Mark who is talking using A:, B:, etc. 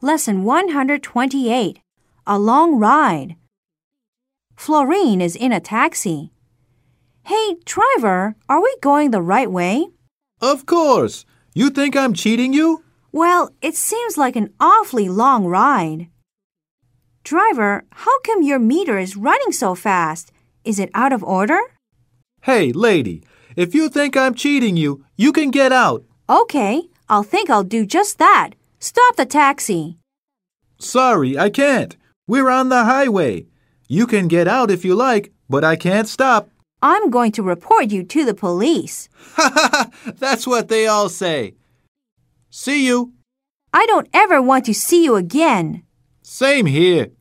A: Lesson 128 A Long Ride. Florine is in a taxi. Hey, driver, are we going the right way?
B: Of course. You think I'm cheating you?
A: Well, it seems like an awfully long ride. Driver, how come your meter is running so fast? Is it out of order?
B: Hey, lady, if you think I'm cheating you, you can get out.
A: Okay, I'll think I'll do just that. Stop the taxi.
B: Sorry, I can't. We're on the highway. You can get out if you like, but I can't stop.
A: I'm going to report you to the police.
B: Ha ha ha! That's what they all say. See you.
A: I don't ever want to see you again.
B: Same here.